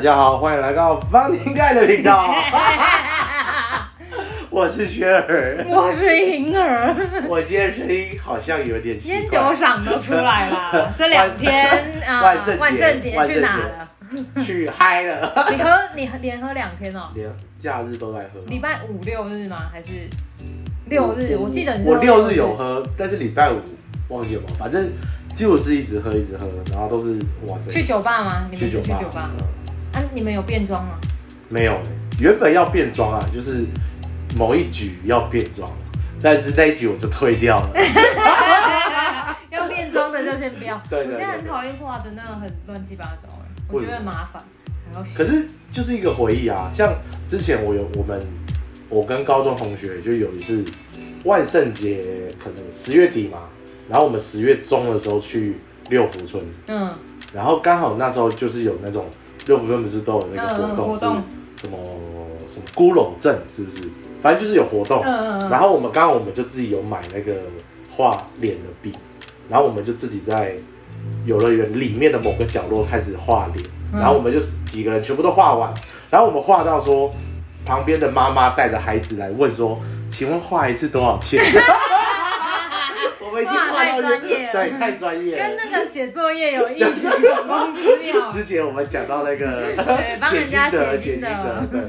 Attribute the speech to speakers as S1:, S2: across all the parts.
S1: 家好，欢迎来到方天盖的频 道，我是雪儿。
S2: 我是银儿，
S1: 我今天声音好像有点奇
S2: 烟酒
S1: 怪，
S2: 嗓都出来 了。这两天啊，
S1: 万 圣节
S2: 万圣节去哪
S1: 万
S2: 了？
S1: 去嗨了，
S2: 你喝你连喝两天哦，
S1: 连假日都在喝。
S2: 礼拜五六日吗？还是六日？我记得你是
S1: 我六日有喝，但是礼拜五忘记了，反正就是一直喝一直喝，然后都是哇塞，
S2: 去酒吧吗？你们是去
S1: 吧
S2: 酒吧？
S1: 嗯
S2: 啊，你们有变装 吗？
S1: 没有，原本要变装啊，就是某一局要变装，但是那一局我就退掉了。
S2: 要变装的就先不要。
S1: 对对对
S2: 我现在很讨厌画的那个很乱七八糟，哎我觉得很麻烦，还要洗
S1: 可是就是一个回忆啊，像之前我有我们，我跟高中同学就有一次万圣节，可能十月底嘛，然后我们十月中的时候去六福村，
S2: 嗯，
S1: 然后刚好那时候就是有那种六福村不是都有那个活
S2: 嗯
S1: 动，
S2: 活动
S1: 是什么什么孤垄镇是不是？反正就是有活动，
S2: 嗯嗯嗯
S1: 然后我们刚好我们就自己有买那个画脸的笔，然后我们就自己在游乐园里面的某个角落开始画脸，
S2: 嗯
S1: 然后我们就几个人全部都画完，然后我们画到说旁边的妈妈带着孩子来问说，请问画一次多少 钱？我们已经画到
S2: 哇太专业了
S1: 对，太专业
S2: 跟
S1: 了。
S2: 那个写作业有 异曲同工之妙。
S1: 之前我们讲到那个
S2: 对帮人家
S1: 德，
S2: 写
S1: 写心
S2: 心得
S1: 得，对。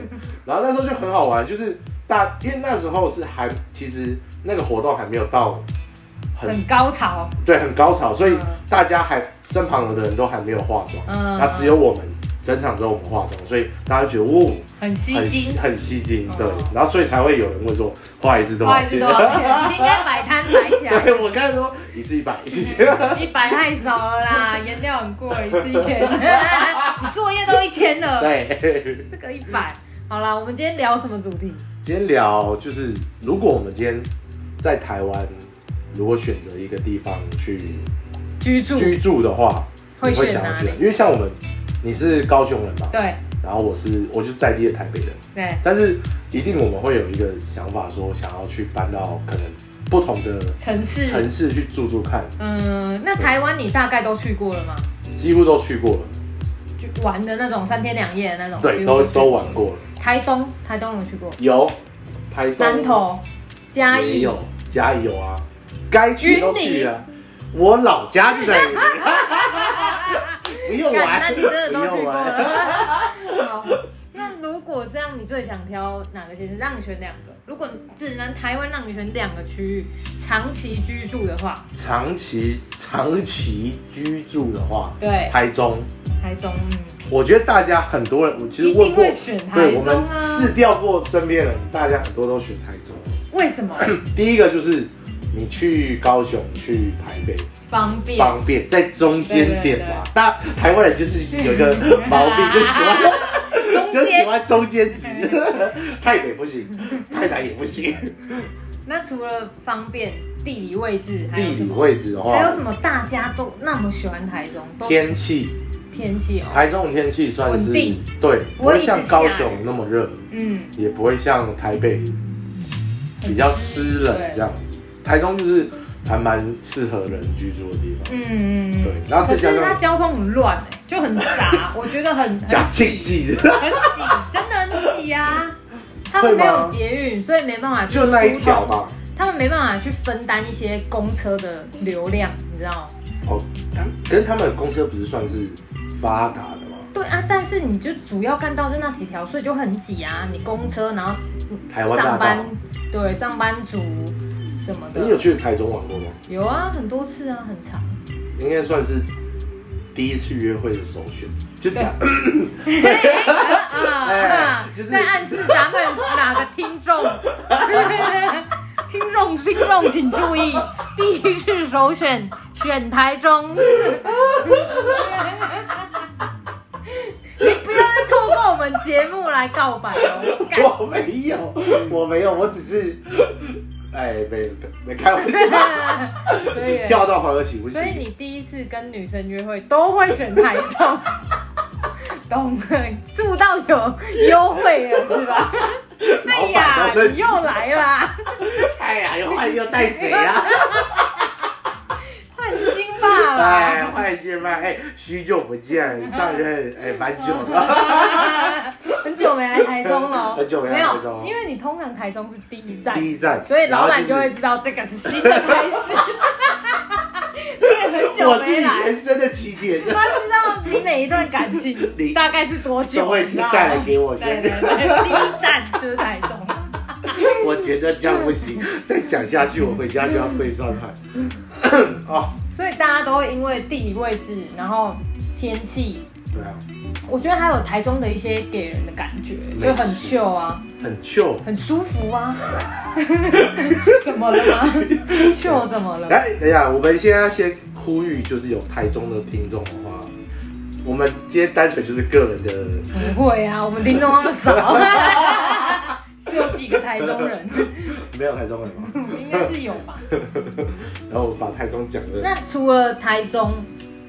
S1: 然后那时候就很好玩，就是大，因为那时候是还其实那个活动还没有到 很
S2: 很高潮，
S1: 对很高潮，所以
S2: 嗯
S1: 大家还身旁的人都还没有化妆，
S2: 嗯
S1: 那只有我们整场只有我们化妆，所以大家觉得哇，
S2: 很吸
S1: 很
S2: 睛
S1: 吸。很吸睛，对
S2: 哦。
S1: 然后所以才会有人问说画一次多
S2: 不好
S1: 少
S2: 意思，
S1: 钱
S2: 多？少 钱？你应该摆摊摆起来，
S1: 对我刚才说一次一百，谢谢。
S2: 你摆太少了啦，颜料很贵，是一 千，你作业都一千了，
S1: 对。
S2: 这个一百。好啦，我们今天聊什么主题？
S1: 今天聊就是，如果我们今天在台湾，如果选择一个地方去
S2: 居住。
S1: 居住的话，
S2: 会
S1: 你会
S2: 选
S1: 想要
S2: 哪
S1: 去
S2: 里
S1: 哪？因为像我们，你是高雄人嘛，
S2: 对
S1: 然后我是我就是在地的台北人，
S2: 对，
S1: 但是一定我们会有一个想法，说想要去搬到可能不同的
S2: 城市。
S1: 城市去住住看，
S2: 嗯，那台湾你大概都去过了吗？
S1: 几乎都去过了，
S2: 就玩的那种三天两夜的那种。
S1: 对，
S2: 哦几乎
S1: 都
S2: 去
S1: 都。玩过了，
S2: 台东，台东有去过，
S1: 有台东、
S2: 南投、嘉
S1: 也
S2: 义
S1: 有，嘉义有啊，该去都去了。我老家 就在云林，不用
S2: 干
S1: 玩，
S2: 那你真的都
S1: 不
S2: 去
S1: 用
S2: 过
S1: 玩。
S2: 了。好，那如果这样，你最想挑哪个县市？让你选两个。如果只能台湾让你选两个区域长期居住的话，
S1: 长期长期居住的话，
S2: 对，
S1: 台中，
S2: 台中，嗯
S1: 我觉得大家很多人，我其
S2: 一
S1: 实问
S2: 定
S1: 过
S2: 会，选台
S1: 对我
S2: 中
S1: 们
S2: 啊
S1: 试？调过身边人，大家很多都选台中。
S2: 为什么？
S1: 第一个就是你去高雄、去台北
S2: 方便。
S1: 方便，在中间点啦。大台湾人就是有一个毛 病，就喜欢。 就
S2: 中
S1: 喜
S2: 间。
S1: 欢中间值，
S2: 哎
S1: 太北不行，太南也不行。
S2: 那除了方便，地理位置还有
S1: 地
S2: 什
S1: 理
S2: 么？
S1: 位置的
S2: 还有什
S1: 话，
S2: 么大家都那么喜欢台中？都
S1: 天气，
S2: 天气哦，
S1: 台中的天气算是
S2: 稳定
S1: 对，不
S2: 不会
S1: 会
S2: 一直
S1: 像高雄那么热，
S2: 嗯，
S1: 也不会像台北比较湿冷这样子。台中就是还蛮适合人居住的地方。
S2: 嗯嗯
S1: 对
S2: 嗯。
S1: 然后
S2: 可
S1: 再加
S2: 是它
S1: 上
S2: 交通很乱哎、就很 杂，我觉得很很
S1: 讲
S2: 挤
S1: 禁忌，
S2: 很挤，真的很挤啊！他们没有捷运，所以没办法去
S1: 就那一条
S2: 疏通，
S1: 吧。
S2: 他们没办法去分担一些公车的流量，你知道吗？
S1: 哦，他们可是他们的公车不是算是发达的吗？
S2: 对啊，但是你就主要干道就那几条，所以就很挤啊！你公车，然后
S1: 台湾大
S2: 上班
S1: 道，，哎
S2: 对上班族什么
S1: 你有
S2: 的，
S1: 去台中玩过吗？
S2: 有啊，很多次啊，很长。
S1: 应该算是第一次约会的首选，就 讲
S2: 啊，
S1: 就是
S2: 在暗示咱们哪个听众？ 听众听众请注意，第一次首选选台中。你不要再透过我们节目来告白哦！干
S1: 我没有，我没有，我只是 哎，没没开玩笑，
S2: 所以，
S1: 跳到黄河起不
S2: 所以
S1: 行。
S2: 你第一次跟女生约会都会选台中，懂了？住到有优惠了是吧？哎呀，
S1: 老板都认
S2: 你
S1: 识
S2: 又来啦！
S1: 哎呀，又换又带谁啊？
S2: 换新吧，到
S1: 哎，
S2: 啦。
S1: 坏谢麦，哎，许久不见，上 任哎蛮久了，
S2: 很久没来台中了，
S1: 很久没来台中
S2: 没有，因为你通常台中是第一站，
S1: 第一站，
S2: 所以老板就
S1: 然后
S2: 会
S1: 是
S2: 知道这个是新的开始。这个很久
S1: 我是
S2: 没
S1: 你
S2: 来
S1: 人，生的起点，
S2: 他知道你每一段感
S1: 你
S2: 情大概是多久，
S1: 都会
S2: 你知道吗
S1: 带来给我
S2: 对
S1: 先
S2: 对对，第一站就是台中。
S1: 我觉得这样不 行，再讲下去我回家就要跪算盘。哦，
S2: 所以大家都会因为地理位置，然后天气，
S1: 对啊，
S2: 我觉得还有台中的一些给人的感觉，
S1: 美食
S2: 就很秀啊，
S1: 很秀。
S2: 很舒服 啊。怎么了吗？秀怎么了？
S1: 来，等一下，我们现在先呼吁，就是有台中的听众的话，我们今天单纯就是个人的，
S2: 不会啊，我们听众那么 少，是有几个台中人，
S1: 没有台中人嘛，
S2: 应该是有吧？
S1: 然后我把台中讲的，
S2: 那除了台中，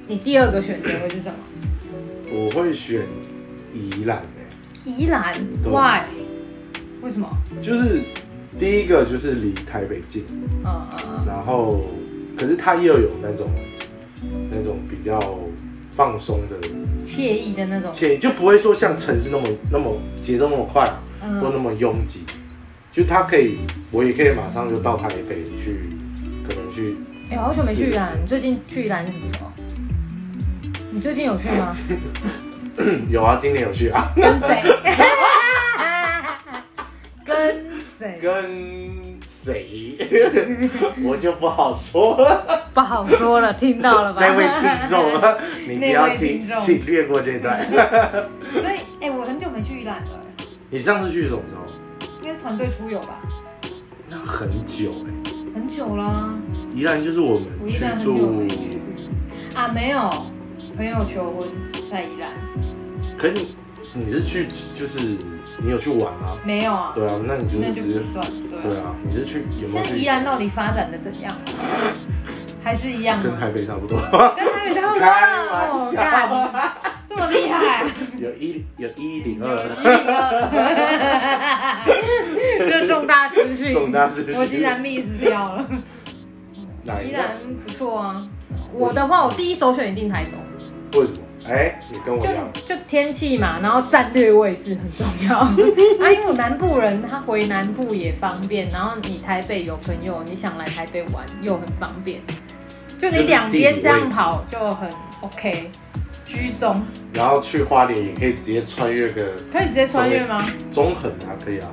S2: 你第二个选择会是什么？
S1: 我会选宜兰、欸、
S2: 宜兰
S1: 对
S2: ，why？为什么？
S1: 就是第一个就是离台北近，
S2: 嗯嗯嗯，
S1: 然后可是它又有那种那种比较放松的
S2: 惬意的那种，
S1: 且就不会说像城市那么那么节奏那么快，或
S2: 嗯
S1: 那么拥挤。就它可以，我也可以马上就到台北去，可能去
S2: 哎、好久没去宜兰，你最近去宜兰是什么时候？你最近有去 吗？
S1: 有啊，今年有去 啊，
S2: 跟谁？跟谁？
S1: 跟谁 我就不好说 了。
S2: 不好说了，听到了吧？
S1: 那位听众，啊你不要听
S2: 那位听，众
S1: 请略过这段。
S2: 所以，哎、我很久没去宜兰了，
S1: 你上次去是什么时候？
S2: 因为团队出游吧，
S1: 那很久哎、
S2: 很久啦。
S1: 宜兰就是我
S2: 我
S1: 们
S2: 宜
S1: 去
S2: 兰很久
S1: 住
S2: 没，去啊，没有，朋友求婚在宜兰，
S1: 可是你你是去就是你有去玩啊？
S2: 没有啊，
S1: 对啊，那你就
S2: 那
S1: 是
S2: 就
S1: 直接
S2: 不算，对
S1: 对
S2: 啊。
S1: 啊，你是去有没
S2: 现
S1: 有
S2: 在
S1: 去？
S2: 宜兰到底发展的怎样？啊还是一样
S1: 跟
S2: 吗？
S1: 台北差 不多。
S2: 跟台北差不多
S1: 开
S2: 了，
S1: 玩
S2: 我干，
S1: 笑，
S2: 这么厉害、啊
S1: 有一有一零二，
S2: 这重大资讯，
S1: 重大资讯哎
S2: 我竟然 miss 掉了。
S1: 哪
S2: 依
S1: 一个？
S2: 然不错啊。我的话，我第一首选一定台中，
S1: 为什么？哎，你跟我一样，嗯
S2: 就就天气嘛，然后战略位置很重 要。啊，因为我南部人，他回南部也方便，然后你台北有朋友，你想来台北玩又很方便，就你两边这样跑就很 OK，居中，
S1: 然后去花莲也可以直接穿越个
S2: 可以直接穿越吗？
S1: 中横啊，可以啊，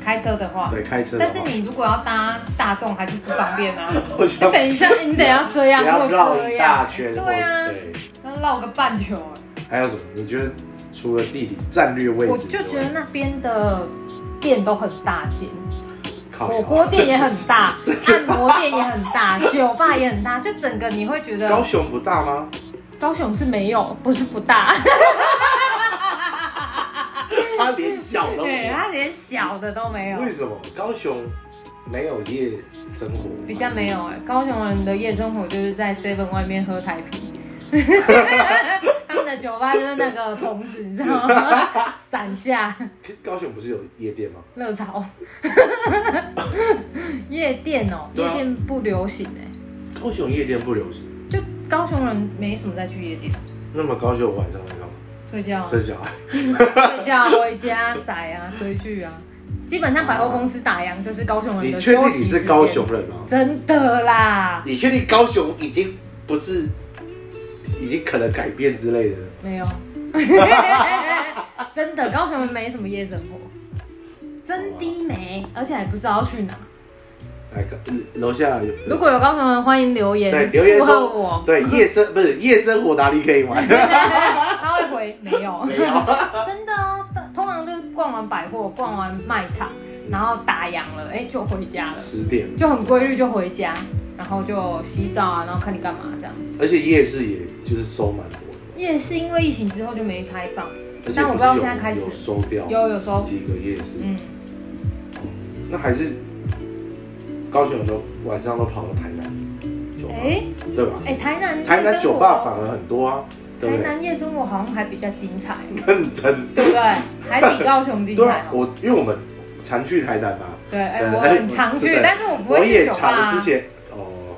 S2: 开车的话。
S1: 对，开车的话。
S2: 但是你如果要搭大众，还是不方 便啊。
S1: 我想
S2: 就等一下，你得要这
S1: 不
S2: 样
S1: 要
S2: 或
S1: 绕
S2: 这
S1: 一
S2: 样
S1: 大，圈，
S2: 对啊
S1: 我对。
S2: 要绕个半球啊。
S1: 还有什么？你觉得除了地理战略位置，
S2: 我就觉得那边的店都很大间，
S1: 靠
S2: 火锅店也很大，按摩店也很大，酒吧也很大，就整个你会觉
S1: 高
S2: 得
S1: 雄不大吗？
S2: 高雄是没有，不是不大，
S1: 它连小都没
S2: 对，
S1: 有。
S2: 它连小的都没有，
S1: 为什么高雄没有夜生活？
S2: 比较没有哎、高雄人的夜生活就是在 seven 外面喝台啤。 他们的酒吧就是那个棚子，你知道吗？ 伞下
S1: 可是高雄不是有夜店吗？
S2: 热潮，夜店哦、
S1: 对
S2: 夜
S1: 啊
S2: 店不流行哎、
S1: 高雄夜店不流行。
S2: 就高雄人没什么再去夜店，
S1: 那么高雄晚上在干嘛？
S2: 睡觉、啊
S1: 生小孩。
S2: 睡觉、回家、宅啊、追剧啊。基本上百货公司打烊就是高雄人
S1: 哦你
S2: 的
S1: 确
S2: 休
S1: 定
S2: 息
S1: 你
S2: 时
S1: 是
S2: 间
S1: 高雄？人啊吗？
S2: 真的啦，
S1: 你确定高雄已经不是已经可能改变之类的？
S2: 没有， 真的高雄人没什么夜生活，真低没，而且还不知道去哪。
S1: 来，呃楼下有
S2: 如果有高雄人，欢迎留言，
S1: 对留言
S2: 附和
S1: 说
S2: 我，
S1: 对夜生不是夜生活哪里可以玩？
S2: 他会回没有，
S1: 没有，
S2: 真的啊，通常就是逛完百货、逛完卖场，然后打烊了，哎、就回家了。
S1: 十点，
S2: 就很规律就回家，然后就洗澡啊，然后看你干嘛这样子。
S1: 而且夜市也就是收蛮多的，
S2: 夜市因为疫情之后就没开放，
S1: 而且
S2: 但我
S1: 不是
S2: 不知道
S1: 有
S2: 现在开始
S1: 有收掉
S2: 有有时候，
S1: 几个夜市，
S2: 嗯，
S1: 那还是高雄人都晚上都跑到台南酒吧，
S2: 哎
S1: 对吧？
S2: 哎，台南
S1: 台南酒吧反
S2: 而
S1: 而很多啊，对不
S2: 台
S1: 对？
S2: 南夜生活好像还比较精彩，
S1: 认真。
S2: 对不对？还比高雄精
S1: 对
S2: 彩
S1: 啊，
S2: 哦。
S1: 我因为我们常去台南嘛，
S2: 对，哎，
S1: 对
S2: 我很常
S1: 真
S2: 去
S1: 的，
S2: 但是我不
S1: 我
S2: 会去
S1: 也
S2: 酒吧
S1: 常
S2: 啊
S1: 之。前哦。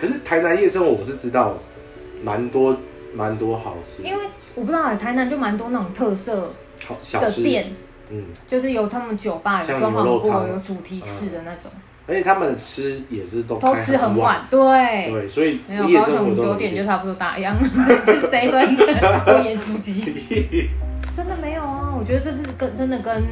S1: 可是台南夜生活我是知道，蛮多蛮多好吃，
S2: 因为我不知道欸台南就蛮多那种特色
S1: 好小
S2: 的
S1: 吃，
S2: 店，
S1: 嗯，
S2: 就是有他们酒吧有
S1: 像
S2: 装
S1: 牛肉
S2: 潢过、
S1: 汤
S2: 有主题式的那种，
S1: 而且他们的吃也是都
S2: 都
S1: 开
S2: 吃很
S1: 晚，
S2: 晚，对。
S1: 对，所以
S2: 没有
S1: 夜
S2: 高
S1: 生活
S2: 雄
S1: 都
S2: 九
S1: 很
S2: 点就
S1: 累
S2: 差不多打烊了，这是谁 跟不演出机？真的没有啊，我觉得这是跟真的跟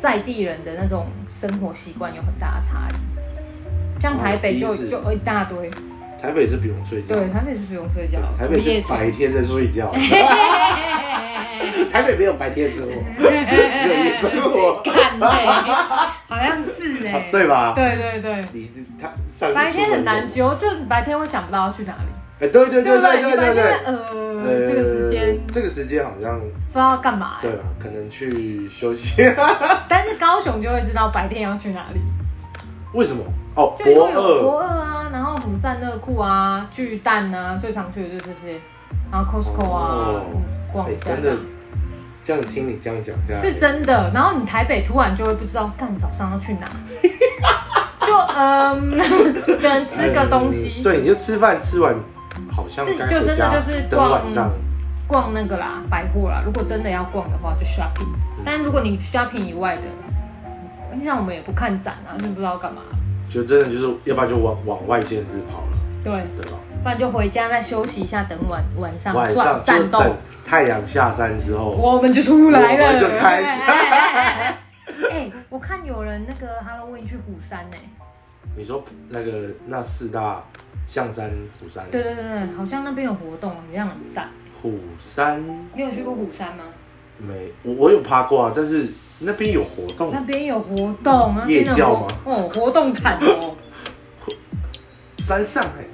S2: 在地人的那种生活习惯有很大的差异。像台北
S1: 哦
S2: 就
S1: 第一次
S2: 就一大堆，
S1: 台北是不用睡觉，
S2: 对，台北是不用睡觉
S1: 对，台
S2: 我
S1: 北
S2: 们夜
S1: 是
S2: 市
S1: 白天在睡 觉，台北没有白天 生活，只有夜生活，
S2: 看呢、好像是呢、
S1: 啊 对吧？
S2: 对对对，
S1: 你他上次
S2: 白天
S1: 出门
S2: 很
S1: 的
S2: 难
S1: 时候，
S2: 揪，就你白天会想不到要去哪里，
S1: 哎，对对
S2: 对
S1: 对
S2: 不对？
S1: 对
S2: 你
S1: 对对
S2: 白天
S1: 对
S2: 会，呃，
S1: 呃
S2: 这个时间不
S1: 这个时间好像
S2: 知道干嘛、欸
S1: 对吧？可能去休息。
S2: 但是高雄就会知道白天要去哪里，
S1: 为什么？哦，
S2: 就因
S1: 国
S2: 为有
S1: 二
S2: 国二啊，然后什么战乐库啊、巨蛋啊，最常去的就是这些，然后 Costco 啊
S1: 哦，
S2: 嗯逛
S1: 哎
S2: 一下
S1: 真的
S2: 这样。，
S1: 这样听你这样讲啊下来，
S2: 是真的。然后你台北突然就会不知道干早上要去哪， 就嗯， 可能吃个东西
S1: 嗯，对，你就吃饭吃完，好像
S2: 是
S1: 该
S2: 就
S1: 回
S2: 真的
S1: 家
S2: 就是
S1: 等
S2: 逛
S1: 晚上，
S2: 逛那个啦，百货啦。如果真的要逛的话，就 shopping。但
S1: 嗯
S2: 如果你 shopping 以外的，你像我们也不看展啊，就不知道干嘛。
S1: 就真的就是要不然就往往外县市跑了，
S2: 对，
S1: 对吧？
S2: 不然就回家再休息一下，等晚晚上
S1: 晚
S2: 嗯转
S1: 上就
S2: 战斗，
S1: 等太阳下山之后，
S2: 我们就出来了，
S1: 我们就开始
S2: 哎哎哎哎哎 哎，我看有人那个 Halloween 去虎山呢、
S1: 你说那个那四大象山、虎山、
S2: 对对对对，好像那边有活动，好像很赞。
S1: 虎山
S2: 你有去过虎山吗？
S1: 没，我我有爬过啊，但是那边有活动
S2: 那，边有活动，那
S1: 夜
S2: 边的
S1: 教
S2: 活
S1: 吗
S2: 哦，活动产 哦，
S1: 山上哎、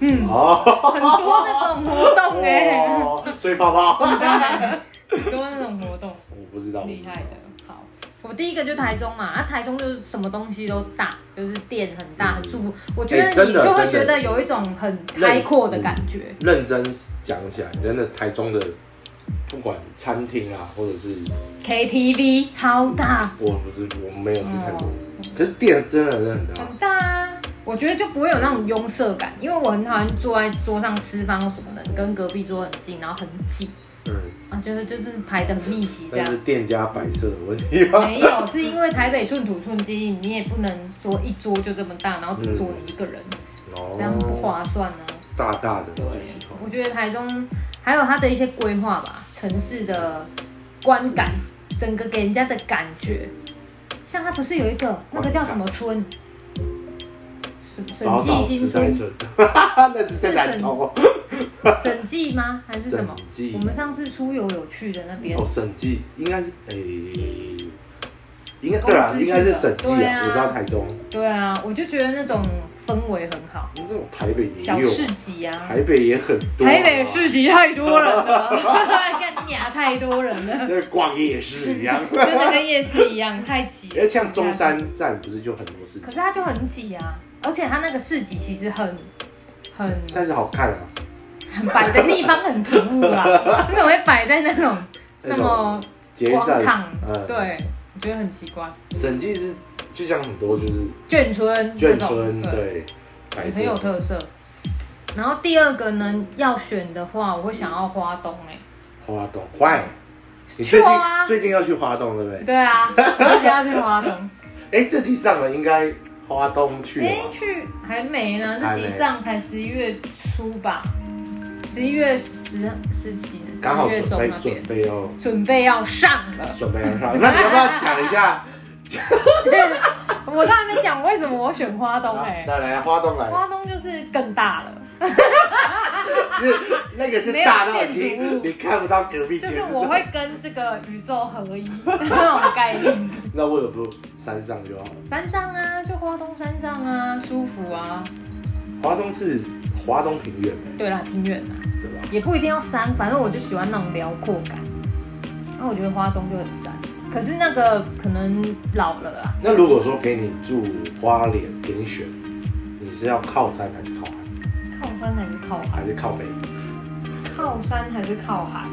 S2: 嗯，
S1: 哦，
S2: 很多那种活动哎、
S1: 哦，所以泡泡，
S2: 很多那种活动，
S1: 我不知道，
S2: 厉害的。好，我第一个就台中嘛，啊，台中就是什么东西都大，就是店很大，很舒服。我觉
S1: 哎
S2: 得
S1: 真
S2: 你
S1: 的
S2: 就会
S1: 真的
S2: 觉得有一种很开阔的感觉。
S1: 认真讲起来，真的台中的不管餐厅啊，或者是
S2: KTV 超大，
S1: 我不是我没有去看
S2: 哦
S1: 过，可是店真的真的很大，
S2: 很大啊。我觉得就不会有那种拥塞感，因为我很讨厌坐在桌上吃饭或什么的，你跟隔壁桌很近，然后很挤。
S1: 嗯，
S2: 啊，就是就是排的很密集这
S1: 但是
S2: 样。
S1: 店家摆设的问题吧，
S2: 没有，是因为台北寸土寸金，你也不能说一桌就这么大，然后只坐你一个人，这样不
S1: 哦，
S2: 划算啊。
S1: 大大的
S2: 对
S1: 我就喜欢，
S2: 我觉得台中还有它的一些规划吧，城市的观感，整个给人家的感觉，像它不是有一个那个叫什么村，审审
S1: 宝
S2: 计
S1: 岛
S2: 新
S1: 时代
S2: 村，
S1: 村， 那是在南投，
S2: 审计吗？还是什么
S1: 审？计
S2: 我们上次出游有去的那边
S1: 哦，，审计应该是诶。应该对啊，应该是审计
S2: 对
S1: 啊，
S2: 啊
S1: 我知道台中，
S2: 对啊，我就觉得那种氛围很好。
S1: 那种台北也
S2: 小
S1: 有，
S2: 市集啊，
S1: 台北也很多，啊
S2: 台北市集太多人了，干你啊，太多人了，
S1: 那逛夜市一样，
S2: 真的跟夜市一样，太挤
S1: 因
S2: 了。
S1: 为像中山站不是就很多事
S2: 可
S1: 情，
S2: 是它就很挤啊，而且它那个市集其实很很
S1: 但是好看啊，
S2: 很摆的地方很突兀啦，你怎么会摆在 那种那么
S1: 捷运
S2: 广
S1: 站
S2: 场，？
S1: 嗯，，
S2: 对，我觉得很奇怪。
S1: 审计是就像很多就是
S2: 眷村这
S1: 眷
S2: 种，
S1: 村，对，白
S2: 很有
S1: 色，
S2: 特色。然后第二个呢，要选的话，我会想要花东哎、
S1: 花东，坏，你最近
S2: 错啊
S1: 最近要去花东对不对？
S2: 对啊，大家去花东。
S1: 哎，这集上了应该花东 去了
S2: 哎、
S1: 吧？
S2: 去还没呢，这
S1: 还没
S2: 集上才十一月初吧，十一月十十几，
S1: 刚好
S2: 11月
S1: 准
S2: 中啊
S1: 备
S2: 那边
S1: 准备要
S2: 准备要上 了。
S1: 准备要上，那你要不要讲一 下？
S2: 我都还没讲为什么我选花东
S1: 啊
S2: 哎、
S1: 那来花东来，
S2: 花东就是更大了，
S1: 那那个是
S2: 没有
S1: 大到已
S2: 建筑物
S1: 经你看不到隔壁
S2: 就
S1: 街
S2: 是
S1: 是
S2: 我会跟这个宇宙合一 那种概念。
S1: 那为什么不山上就好了？
S2: 山上啊，就花东山上啊，舒服啊。
S1: 华东是华东平原，
S2: 对啦，平原啊，
S1: 对吧？
S2: 也不一定要山，反正我就喜欢那种辽阔感。那我觉得花东就很赞，可是那个可能老了啊。
S1: 那如果说给你住花莲，给你选，你是要靠山还是靠海，
S2: 靠山还是靠海
S1: 还？是靠北？
S2: 靠山还是靠海？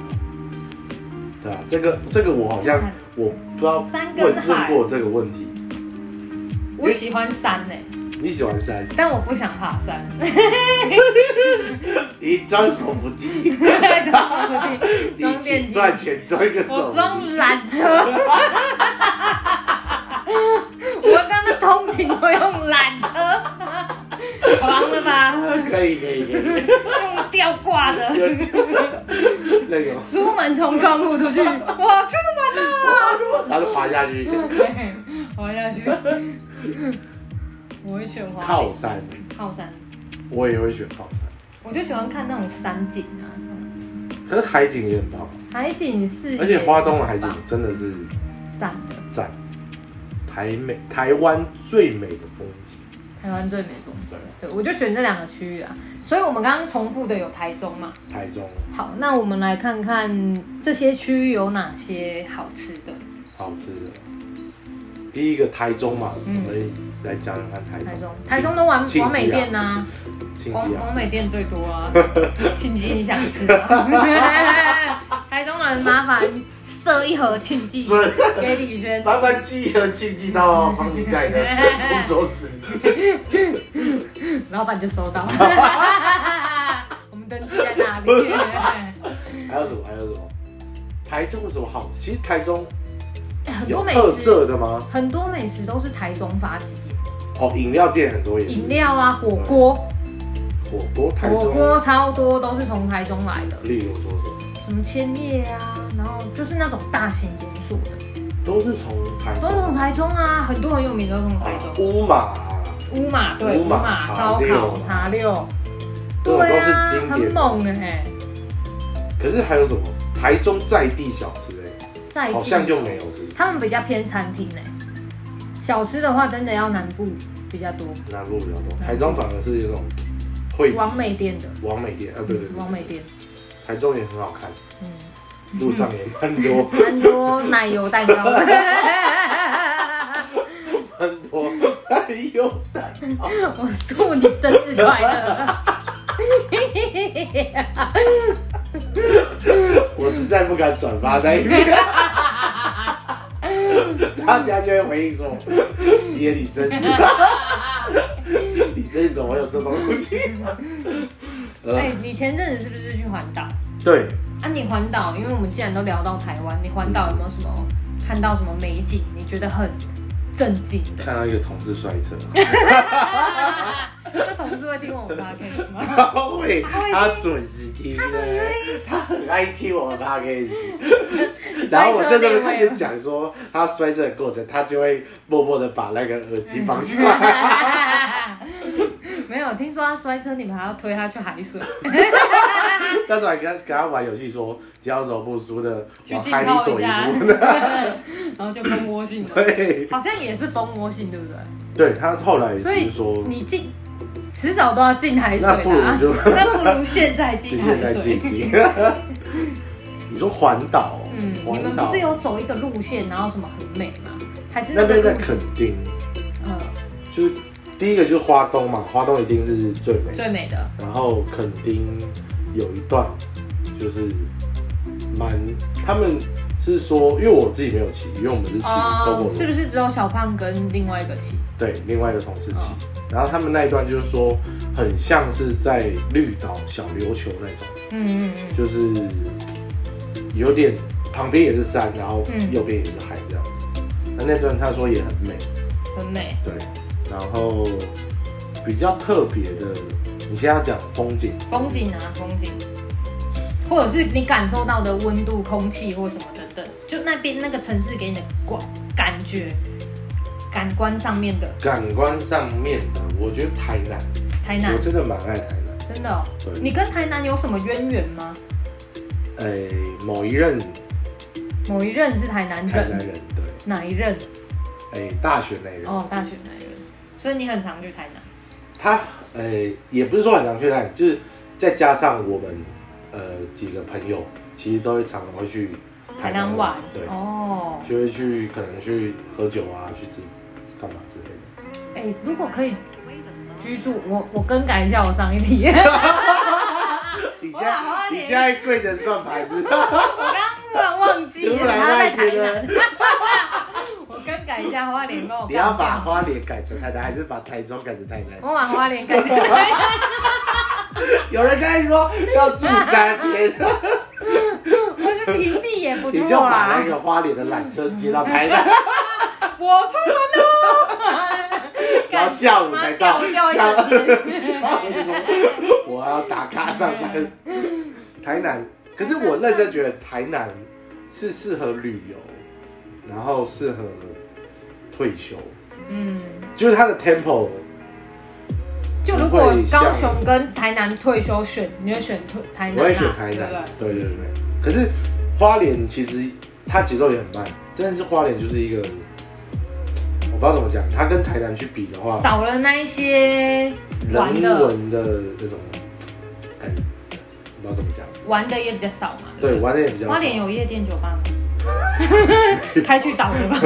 S1: 对啊，这个这个我好像我不知道
S2: 山
S1: 问问
S2: 跟海，
S1: 过这个问题，
S2: 我喜欢山呢、欸
S1: 你喜欢山，
S2: 但我不想爬山，
S1: 你装手扶梯，你
S2: 装电
S1: 请
S2: 机，
S1: 赚钱装一个手
S2: 我
S1: 扶
S2: 装缆车。我刚刚通勤我用缆车， 狂了吧？
S1: 梯，可以可以可以，
S2: 用吊挂的，
S1: 就那种，
S2: 出门从窗户出去，我出门了。
S1: 然后滑下去，
S2: 对，滑下去。我会选滑
S1: 靠山，
S2: 靠山，
S1: 我也会选靠山，
S2: 我就喜欢看那种山景啊，
S1: 可是海景也很棒，
S2: 海景是，
S1: 而且花东的海景真的是
S2: 赞的，
S1: 赞，台美台湾最美的风景，
S2: 台湾最美东西。对，我就选这两个区域啊。所以我们刚刚重复的有台中嘛。
S1: 台中
S2: 好，那我们来看看这些区域有哪些好吃的。
S1: 好吃的，第一个台中嘛，
S2: 嗯
S1: 我们来讲讲看台中，
S2: 台中，台中的王
S1: 庆庆
S2: 王美
S1: 记啊
S2: 店呐、
S1: 亲
S2: 王
S1: 戚啊，
S2: 王美店最多 啊，庆记你想吃啊？ 台中人麻烦设一盒庆记
S1: 是。
S2: 给 李轩，
S1: 麻烦寄和寄寄 到房地盖的工作室。
S2: 老板就收 到。我们登记在哪里？
S1: 还有什么？还有什么？台中有什么好吃？其实台中
S2: 很
S1: 有
S2: 多美
S1: 特
S2: 食，
S1: 色的吗？
S2: 很多美食都是台中发迹，
S1: 哦，饮料店很多也是
S2: 饮料啊、火锅、
S1: 火锅，台
S2: 火
S1: 中，
S2: 锅超多都是从台中来的，
S1: 例如说什么，
S2: 什么千叶啊，然后就是那种大型连锁的，
S1: 都是从台
S2: 都是
S1: 中
S2: 从台中啊，很多很有名的都是从台
S1: 啊，
S2: 中。
S1: 乌马，
S2: 乌马对，
S1: 乌
S2: 乌
S1: 马
S2: 马
S1: 茶
S2: 烧
S1: 六
S2: 烤茶六，
S1: 这种
S2: 对
S1: 都
S2: 啊
S1: 是，经
S2: 很
S1: 典的。
S2: 猛的嘿，
S1: 可是还有什么？台中在地小吃哎，
S2: 在
S1: 好像
S2: 地
S1: 就没有，是不是
S2: 他们比较偏餐厅哎，小吃的话真的要南部比较多，
S1: 南部比较多，台中反而是有那种会
S2: 嗯王美店的，
S1: 王美店啊，对对
S2: 王
S1: 对，
S2: 美店，
S1: 台中也很好看，
S2: 嗯，
S1: 路上也很 多。
S2: 很多奶油蛋糕，
S1: 很多，哎呦，
S2: 我祝你生日快乐，
S1: 我实在不敢转发在一 边，大家就会回应说：“ 爹，你真是， 你真是怎么会有这种东西？”
S2: 哎
S1: 呃，，
S2: 你前阵子是不是去环岛？
S1: 对，
S2: 啊，你环岛，因为我们既然都聊到台湾，你环岛有没有什么看到什么美景？你觉得很震惊 的？
S1: 看到一个同事摔车，
S2: 那同事会听我们 podcast 吗？
S1: 他会，他准时听的，他很爱听我的 podcast。然 后我在这边开始讲说他摔车的过程，他就会默默的把那个耳机放下来。
S2: 嗯 没有，听说他摔车，你们还要推他去海 水，
S1: 那时候还跟他跟他玩游戏说，只要手不输的
S2: 去
S1: 往
S2: 浸
S1: 海里
S2: 泡
S1: 走
S2: 一
S1: 一
S2: 下
S1: 步。，
S2: 然后就蜂窝性的，
S1: 对，
S2: 好像也是蜂窝性，对不对？
S1: 对他后来
S2: 所
S1: 就是
S2: 以
S1: 说，
S2: 你进迟早都要进海水
S1: 那不如
S2: 的、啊，
S1: 就
S2: 那不如现在
S1: 谢
S2: 进
S1: 谢
S2: 海
S1: 再
S2: 水
S1: 进。行。你说环岛，
S2: 嗯，你
S1: 环
S2: 们不
S1: 岛
S2: 是有走一个路线，然后什么很美吗？还是
S1: 那
S2: 个
S1: 边在
S2: 路
S1: 垦丁，
S2: 呃
S1: 就是第一个就是花东嘛，花东一定是最美的。
S2: 最美的？
S1: 然后垦丁有一段就是蛮，他们是说，因为我自己没有骑，因为我们是骑 GoGo
S2: 哦是不是只有小胖跟另外一个骑？
S1: 对，另外一个同事骑
S2: 哦。
S1: 然后他们那一段就是说，很像是在绿岛小琉球那种，
S2: 嗯嗯嗯，
S1: 就是有点旁边也是山，然后
S2: 嗯
S1: 右边也是海这样。那那段他说也很美，
S2: 很美。
S1: 对。然后比较特别的，你现在要讲风景，
S2: 风景啊，风景，或者是你感受到的温度、空气或什么等等，就那边那个城市给你的感感觉、感官上面的
S1: 感官上面的，我觉得台南，
S2: 台南
S1: 我，真的蛮爱台南。
S2: 真的哦、
S1: 对
S2: 你跟台南有什么渊源吗？
S1: 哎、某一任
S2: 某一任是台南
S1: 台南
S2: 人，
S1: 人，对，
S2: 哪一任？
S1: 哎、大学那一任。
S2: 哦，大学那一任，所以你很常去台南。
S1: 他呃也不是说很常去那就是再加上我们呃几个朋友，其实都会常常会去
S2: 台南玩，
S1: 对，
S2: 哦，
S1: 就会去可能去喝酒啊，去吃干嘛之类的。
S2: 哎、如果可以居住，我我更改一下我上一题，
S1: 你现
S2: 我把
S1: 在
S2: 花
S1: 你
S2: 莲
S1: 现在跪着算盘是？
S2: 我刚刚突然忘记
S1: 突
S2: 了，
S1: 然
S2: 他在
S1: 外
S2: 台
S1: 接
S2: 南，
S1: 的，
S2: 我更改改一下花莲跟我
S1: 你要
S2: 杠
S1: 把
S2: 掉。
S1: 花莲改成台南，还是把台中改成台南？
S2: 我把花莲 改成，
S1: 有人开始说要住山边，
S2: 我觉得平地也不
S1: 你
S2: 错啊
S1: 就把
S2: 啦
S1: 那。个花莲的缆车接 到台南，
S2: 我突然呢，
S1: 然后下午才到，
S2: 干掉
S1: 下
S2: 掉
S1: 午
S2: 一下子
S1: 下午说 我要打卡上班。台南，可是我认真觉得台南是适合旅游，然后适合退休，
S2: 嗯。
S1: 就是它的 tempo
S2: 就如果高雄跟台南退休选，你会选退台南、啊？
S1: 我会选台
S2: 对不
S1: 南
S2: 对，
S1: 对对对。可是花莲其实它节奏也很慢，但是花莲就是一个，我不知道怎么讲，它跟台南去比的话，
S2: 少了那一些玩
S1: 人
S2: 的，
S1: 文的那种感觉，我不知道怎么讲。
S2: 玩的也比较少嘛。不
S1: 对，玩的也比较少。
S2: 花莲有夜店酒吧 吗？开去岛的吧？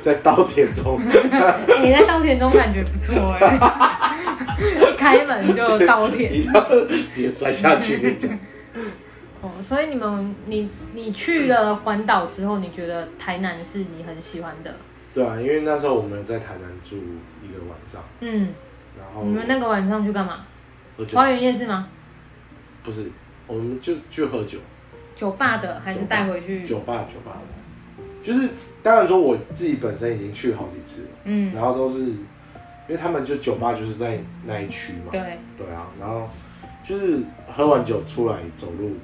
S1: 在稻田中，
S2: 哎 你在稻田中感觉不错哎、 一开门就稻 田
S1: 你要直接摔下去，跟你讲。
S2: 哦。所以你们，你你去了环岛之后，你觉得台南是你很喜欢的？
S1: 对啊，因为那时候我们在台南住一个晚上，
S2: 嗯，
S1: 然后
S2: 你们那个晚上去干嘛？
S1: 喝酒
S2: 花园夜市吗？
S1: 不是，我们就去喝酒，
S2: 酒吧的还是
S1: 酒吧
S2: 带回去？
S1: 酒吧酒吧的，就是当然说我自己本身已经去好几次了。
S2: 嗯，
S1: 然后都是因为他们就酒吧就是在那一区嘛，
S2: 对。
S1: 对啊，然后就是喝完酒出来走路，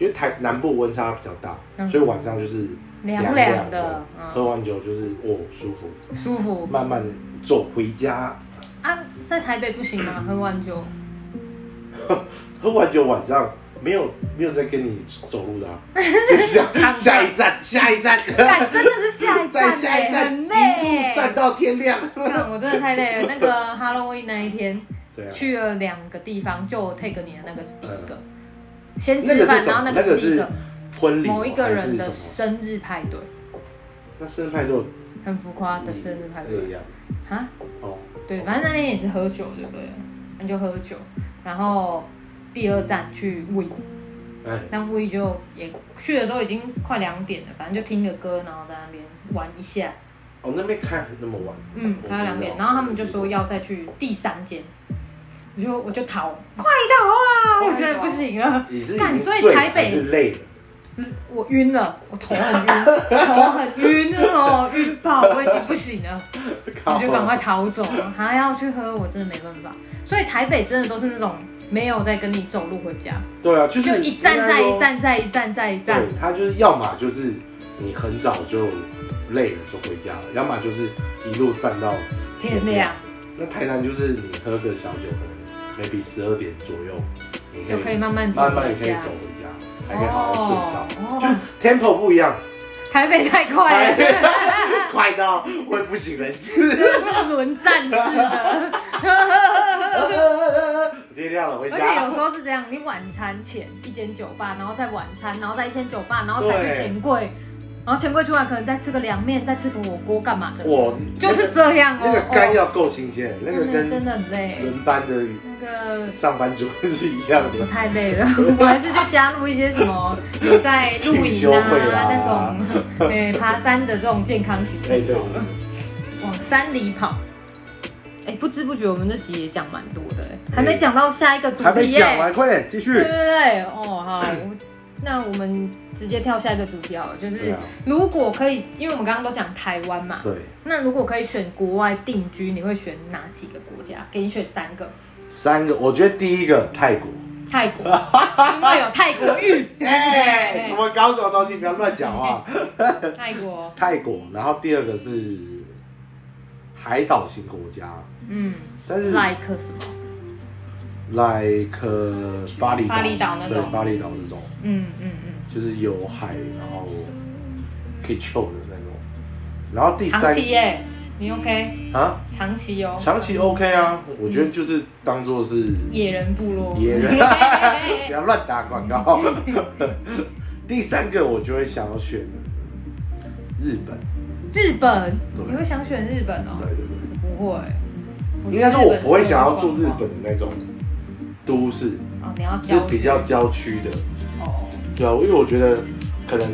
S1: 因为台南部温差比较大，
S2: 嗯
S1: 所以晚上就是
S2: 凉凉
S1: 的
S2: 的，，
S1: 喝
S2: 嗯，
S1: 完酒就是哦舒服，
S2: 舒服
S1: 慢慢的走回家，
S2: 啊，在台北不 行吗？喝完酒，
S1: 喝完酒晚上。没有没有再跟你走路的、 啊，就下
S2: 躺着
S1: 下一站，下一站，
S2: 干真的是下一
S1: 再
S2: 站欸，
S1: 下一站，
S2: 很
S1: 一
S2: 累
S1: 路站
S2: 欸，
S1: 到天亮。
S2: 干我真的太累了。那个 Halloween 那一天
S1: 这样，
S2: 去了两个地方，就我 take 你的那个是第一个，先
S1: 那
S2: 吃
S1: 个是
S2: 饭，
S1: 什
S2: 然
S1: 么
S2: 后？那
S1: 嗯那
S2: 个
S1: 个
S2: 是第一
S1: 是
S2: 个，
S1: 婚礼哦
S2: 某一个
S1: 还
S2: 人
S1: 是什
S2: 的
S1: 么？
S2: 生日派对，
S1: 那生日派对
S2: 很浮夸的生日派
S1: 不一
S2: 啊对
S1: 样
S2: 啊，
S1: 哦。
S2: 对，反正那天也是喝酒，对不对了？那就喝酒，然后第二站去 w
S1: 哎，
S2: 但故意就也去的时候已经快两点了，反正就听个歌，然后在那边玩一下，
S1: 哦，那边开那么晚，
S2: 嗯，
S1: 我
S2: 开到两点，
S1: 不知
S2: 然
S1: 道
S2: 后他们就说，要再去第三间，我就我就逃，
S1: 嗯
S2: 快
S1: Oh
S2: 逃啊！我觉得不行了，
S1: 你是已
S2: 干
S1: 经
S2: 所以
S1: 醉
S2: 台北
S1: 还是累了，
S2: 我晕了，我头很晕，头很晕哦，晕爆，我已经不行了，我
S1: 靠
S2: 就赶快逃走了，还要去喝，我真的没办法。所以台北真的都是那种没有在跟你走路回家，
S1: 对啊，就
S2: 就是一站再一
S1: 应该
S2: 站再一站再一站
S1: 说，，对，他就是要么就是你很早就累了就回家了，要么就是一路站到
S2: 天亮。
S1: 那台南就是你喝个小酒，可能 maybe 十二点左右，你
S2: 就可以慢慢走
S1: 慢慢
S2: 回
S1: 也可以
S2: 家
S1: 走回家，还可以好好睡觉，
S2: 哦
S1: 就是 tempo 不一样，
S2: 台北太 快了，
S1: 快到会不省人事。
S2: 这是轮战式的。
S1: 天亮了，回
S2: 而且
S1: 家
S2: 有。时候是这样，你晚餐前一间酒吧，然后再晚餐，然后再一间酒吧，然后才去
S1: 对
S2: 钱柜，然后钱柜出来可能再吃个凉面，再吃个火锅干嘛的，
S1: 我
S2: 就是这样哦。
S1: 那个肝
S2: 哦
S1: 要够新鲜，那个
S2: 真的真
S1: 跟
S2: 的很累，
S1: 轮班的
S2: 那个。
S1: 上班族是一样
S2: 我
S1: 的。
S2: 太累 了，我还是就加入一些什么有在露
S1: 进
S2: 营
S1: 修
S2: 啊
S1: 会啊
S2: 那种，诶、爬山的这种健康型，
S1: 哎，对，
S2: 往山里跑。哎、不知不觉我们这集也讲蛮多的、哎还没讲到下一个主
S1: 还
S2: 题
S1: 没
S2: 耶、
S1: 讲完，快点继续
S2: 对。对对，哦好，我那我们直接跳下一个主题好了，就是、
S1: 对啊
S2: 如果可以，因为我们刚刚都讲台湾嘛，
S1: 对，
S2: 那如果可以选国外定居，你会选哪几个国家？给你选三个，
S1: 三个，我觉得第一个泰国。
S2: 泰国，因为有泰国浴，
S1: 哎，
S2: 对
S1: 什么高手东西不要乱讲话。
S2: 泰国，
S1: 泰国，然后第二个是海岛型国家，
S2: 嗯
S1: 但是
S2: ，like 什么？
S1: like 呃巴厘
S2: 巴厘岛那种
S1: 对，巴厘岛这种，
S2: 嗯嗯嗯，
S1: 就是有海，然后可以 chill 的那种。然后第
S2: 长
S1: 三
S2: 期耶、你 OK？
S1: 啊，
S2: 长期哦、
S1: 长期 OK 啊，我觉得就是当做是
S2: 野人部落，
S1: 野人 不
S2: 人，
S1: 要乱打广告。 第三个我就会想要选日本，
S2: 日本，
S1: 对
S2: 你会想选日本哦、
S1: 对对对，
S2: 不会，
S1: 应该是我不会想要住
S2: 住
S1: 日本的那种都市，
S2: 哦，你要
S1: 是
S2: 郊
S1: 比
S2: 区
S1: 较郊区的，
S2: 哦，
S1: 对啊，因为我觉得可能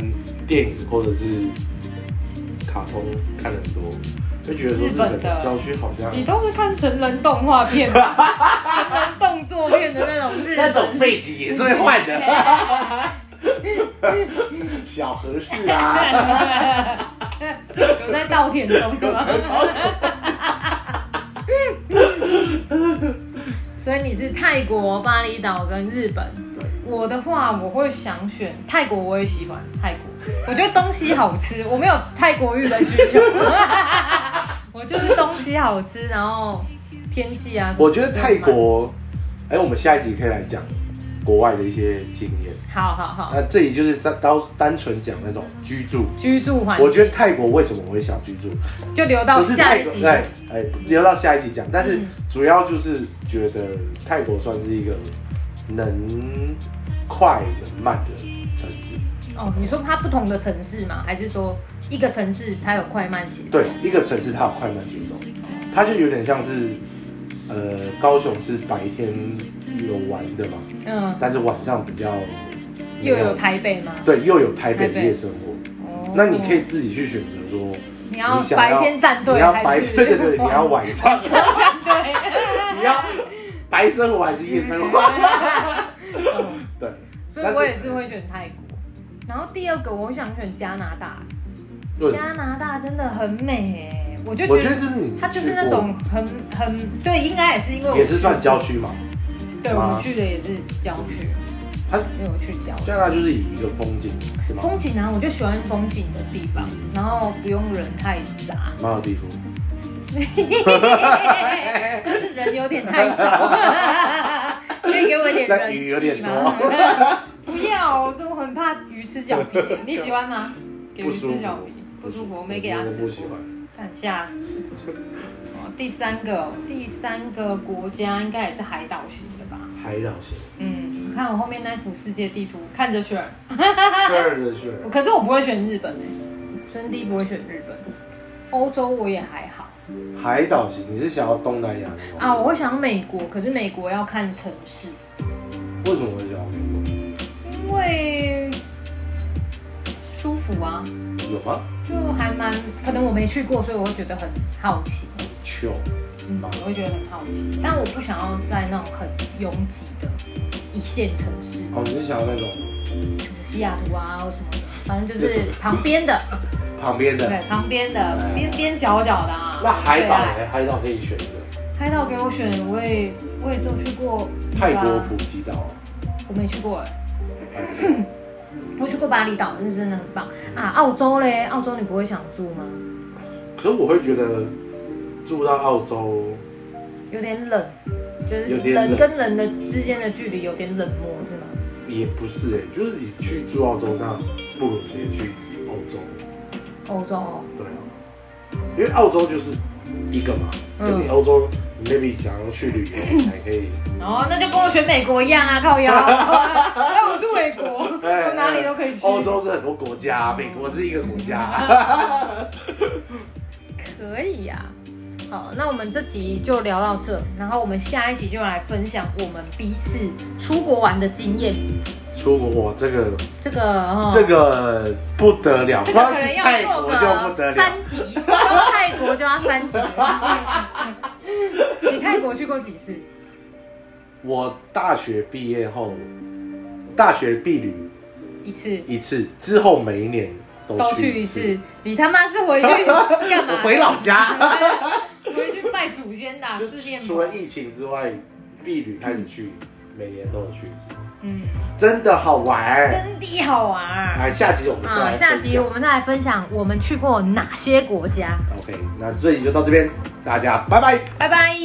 S1: 电影或者是卡通看很多，就觉得说
S2: 日
S1: 日
S2: 本的
S1: 本的郊区好像
S2: 你都是看成人动画片吧，成人动作片的那种日
S1: 那种
S2: 本。
S1: 背景也是会换 的，小合适啊。
S2: 有在稻田中的吗？ 所以你是泰国、巴厘岛跟日本。我的话，我会想选泰国，我也喜欢泰国。我觉得东西好吃，我没有泰国浴的需求， 我就是东西好吃，然后天气啊。
S1: 我觉得泰，国，哎、我们下一集可以来讲国外的一些经验。
S2: 好好好，
S1: 那这里就是单单单纯讲那种居住。
S2: 居住环境，
S1: 我觉得泰国为什么我会想居住，
S2: 就留到
S1: 不是
S2: 下
S1: 泰
S2: 一
S1: 国，
S2: 集。
S1: 哎哎，留到下一集讲。但是
S2: 嗯
S1: 主要就是觉得泰国算是一个能快能慢的城市。
S2: 哦，你说它不同的城市吗？还是说一个城市它有快慢节奏？
S1: 对，一个城市它有快慢节奏，它就有点像是，呃，高雄是白天有玩的嘛，
S2: 嗯，
S1: 但是晚上比较
S2: 又有台北吗？
S1: 对，又有台北
S2: 台
S1: 的
S2: 北
S1: 夜生活，
S2: 哦
S1: 那你可以，自己去选择说，
S2: 你要
S1: 你想
S2: 白
S1: 要
S2: 天站队，
S1: 你要白
S2: 还是
S1: 对对对，你要晚上，
S2: 对，
S1: 你要白生活还是夜 生活？
S2: 嗯
S1: 对，
S2: 所以我也是会选泰国。然后第二个，我想选加拿大，
S1: 对，
S2: 加拿大真的很美哎，我就
S1: 我
S2: 觉
S1: 觉得
S2: 得
S1: 这是你
S2: 它就是
S1: 去
S2: 那
S1: 过
S2: 种很很对，应该也是因为我
S1: 也是算郊，区嘛，
S2: 对
S1: 吗
S2: 我去的也是郊区，
S1: 它
S2: 因为我去郊区。
S1: 加拿大就是以一个风景是吗？
S2: 风景啊，我就喜欢风景的地方，然后不用人太杂，
S1: 马尔地夫，
S2: 但 是人有点太少，可以给我一点
S1: 那鱼有
S2: 人
S1: 点
S2: 气
S1: 多
S2: 吗？不要，我就很怕鱼吃脚皮，你喜欢吗？给
S1: 不
S2: 鱼
S1: 舒
S2: 吃
S1: 服
S2: 脚皮，不舒服，我没给他
S1: 我
S2: 吃
S1: 不喜
S2: 过
S1: 欢，。
S2: 看吓死。哦，第三个哦，第三个国家应该也是海岛型的吧？
S1: 海岛 线，
S2: 嗯，你看我后面那幅世界地图，看着选，
S1: 第二的是
S2: 我可是我不会选日本诶、真的不会选日本。欧洲我也还好
S1: 海岛型，你是想要东南亚那种
S2: 啊，我会想美国，可是美国要看城市，
S1: 为什么会想要美
S2: 因为舒服啊，
S1: 国？有吗？
S2: 就还蛮可能我没去过，所以我会觉得很好奇，
S1: 球，
S2: 嗯，我会觉得很好奇，但我不想要在那种很拥挤的一线城市，
S1: 哦，你是想要那种
S2: 西雅图啊或什么的，反正就是旁边的，
S1: 旁边的？
S2: 对，旁边的边边角角的
S1: 哎
S2: 啊。
S1: 那海
S2: 对
S1: 岛
S2: 啊
S1: 呢？海岛可以选一个，
S2: 海岛给我选，我也我也就去过
S1: 泰
S2: 对
S1: 国
S2: 吧
S1: 普吉岛啊，
S2: 我没去过 哎，我去过巴厘岛，那真的很棒啊！澳洲嘞，澳洲你不会想住吗？
S1: 可是我会觉得住到澳洲，
S2: 有点冷，就是
S1: 有点冷
S2: 人跟人的之间的距离有点冷漠是吗？
S1: 也不是哎、就是你去住澳洲，那不如直接去欧洲，
S2: 欧洲哦，
S1: 对啊，因为澳洲就是一个嘛，
S2: 嗯
S1: 跟你欧洲你 maybe 想要去旅游还可以，
S2: 哦，那就跟我选美国一样啊，靠 腰，那我住美国，
S1: 哎
S2: 我哪里都可以去。
S1: 欧洲是很多国家，美国是一个国家，
S2: 嗯可以呀、好，那我们这集就聊到这，然后我们下一集就来分享我们彼此出国玩的经验。
S1: 出国哇，这个
S2: 这个哦，
S1: 这个不得了，
S2: 这个
S1: 光
S2: 可能
S1: 是
S2: 要
S1: 泰
S2: 做
S1: 国就不得
S2: 个
S1: 了。
S2: 三级，光泰国就要三级。你泰国去过几次？
S1: 我大学毕业后，大学毕旅
S2: 一次。
S1: 一次，之后每一年都
S2: 都去
S1: 去
S2: 一。次，你他妈是回去干嘛
S1: 我？回老家，
S2: 回去拜祖先的啊
S1: 就
S2: 自恋吧。
S1: 除了疫情之外，避旅开始去，每年都有去一次，
S2: 嗯，
S1: 真的好玩。
S2: 真的好玩啊！
S1: 嗯哎，下集我们再
S2: 啊
S1: 来
S2: 下
S1: 分
S2: 集
S1: 享
S2: 我。们再来分享我们去过哪些国家。
S1: OK，那这里就到这边，大家拜拜。
S2: 拜拜。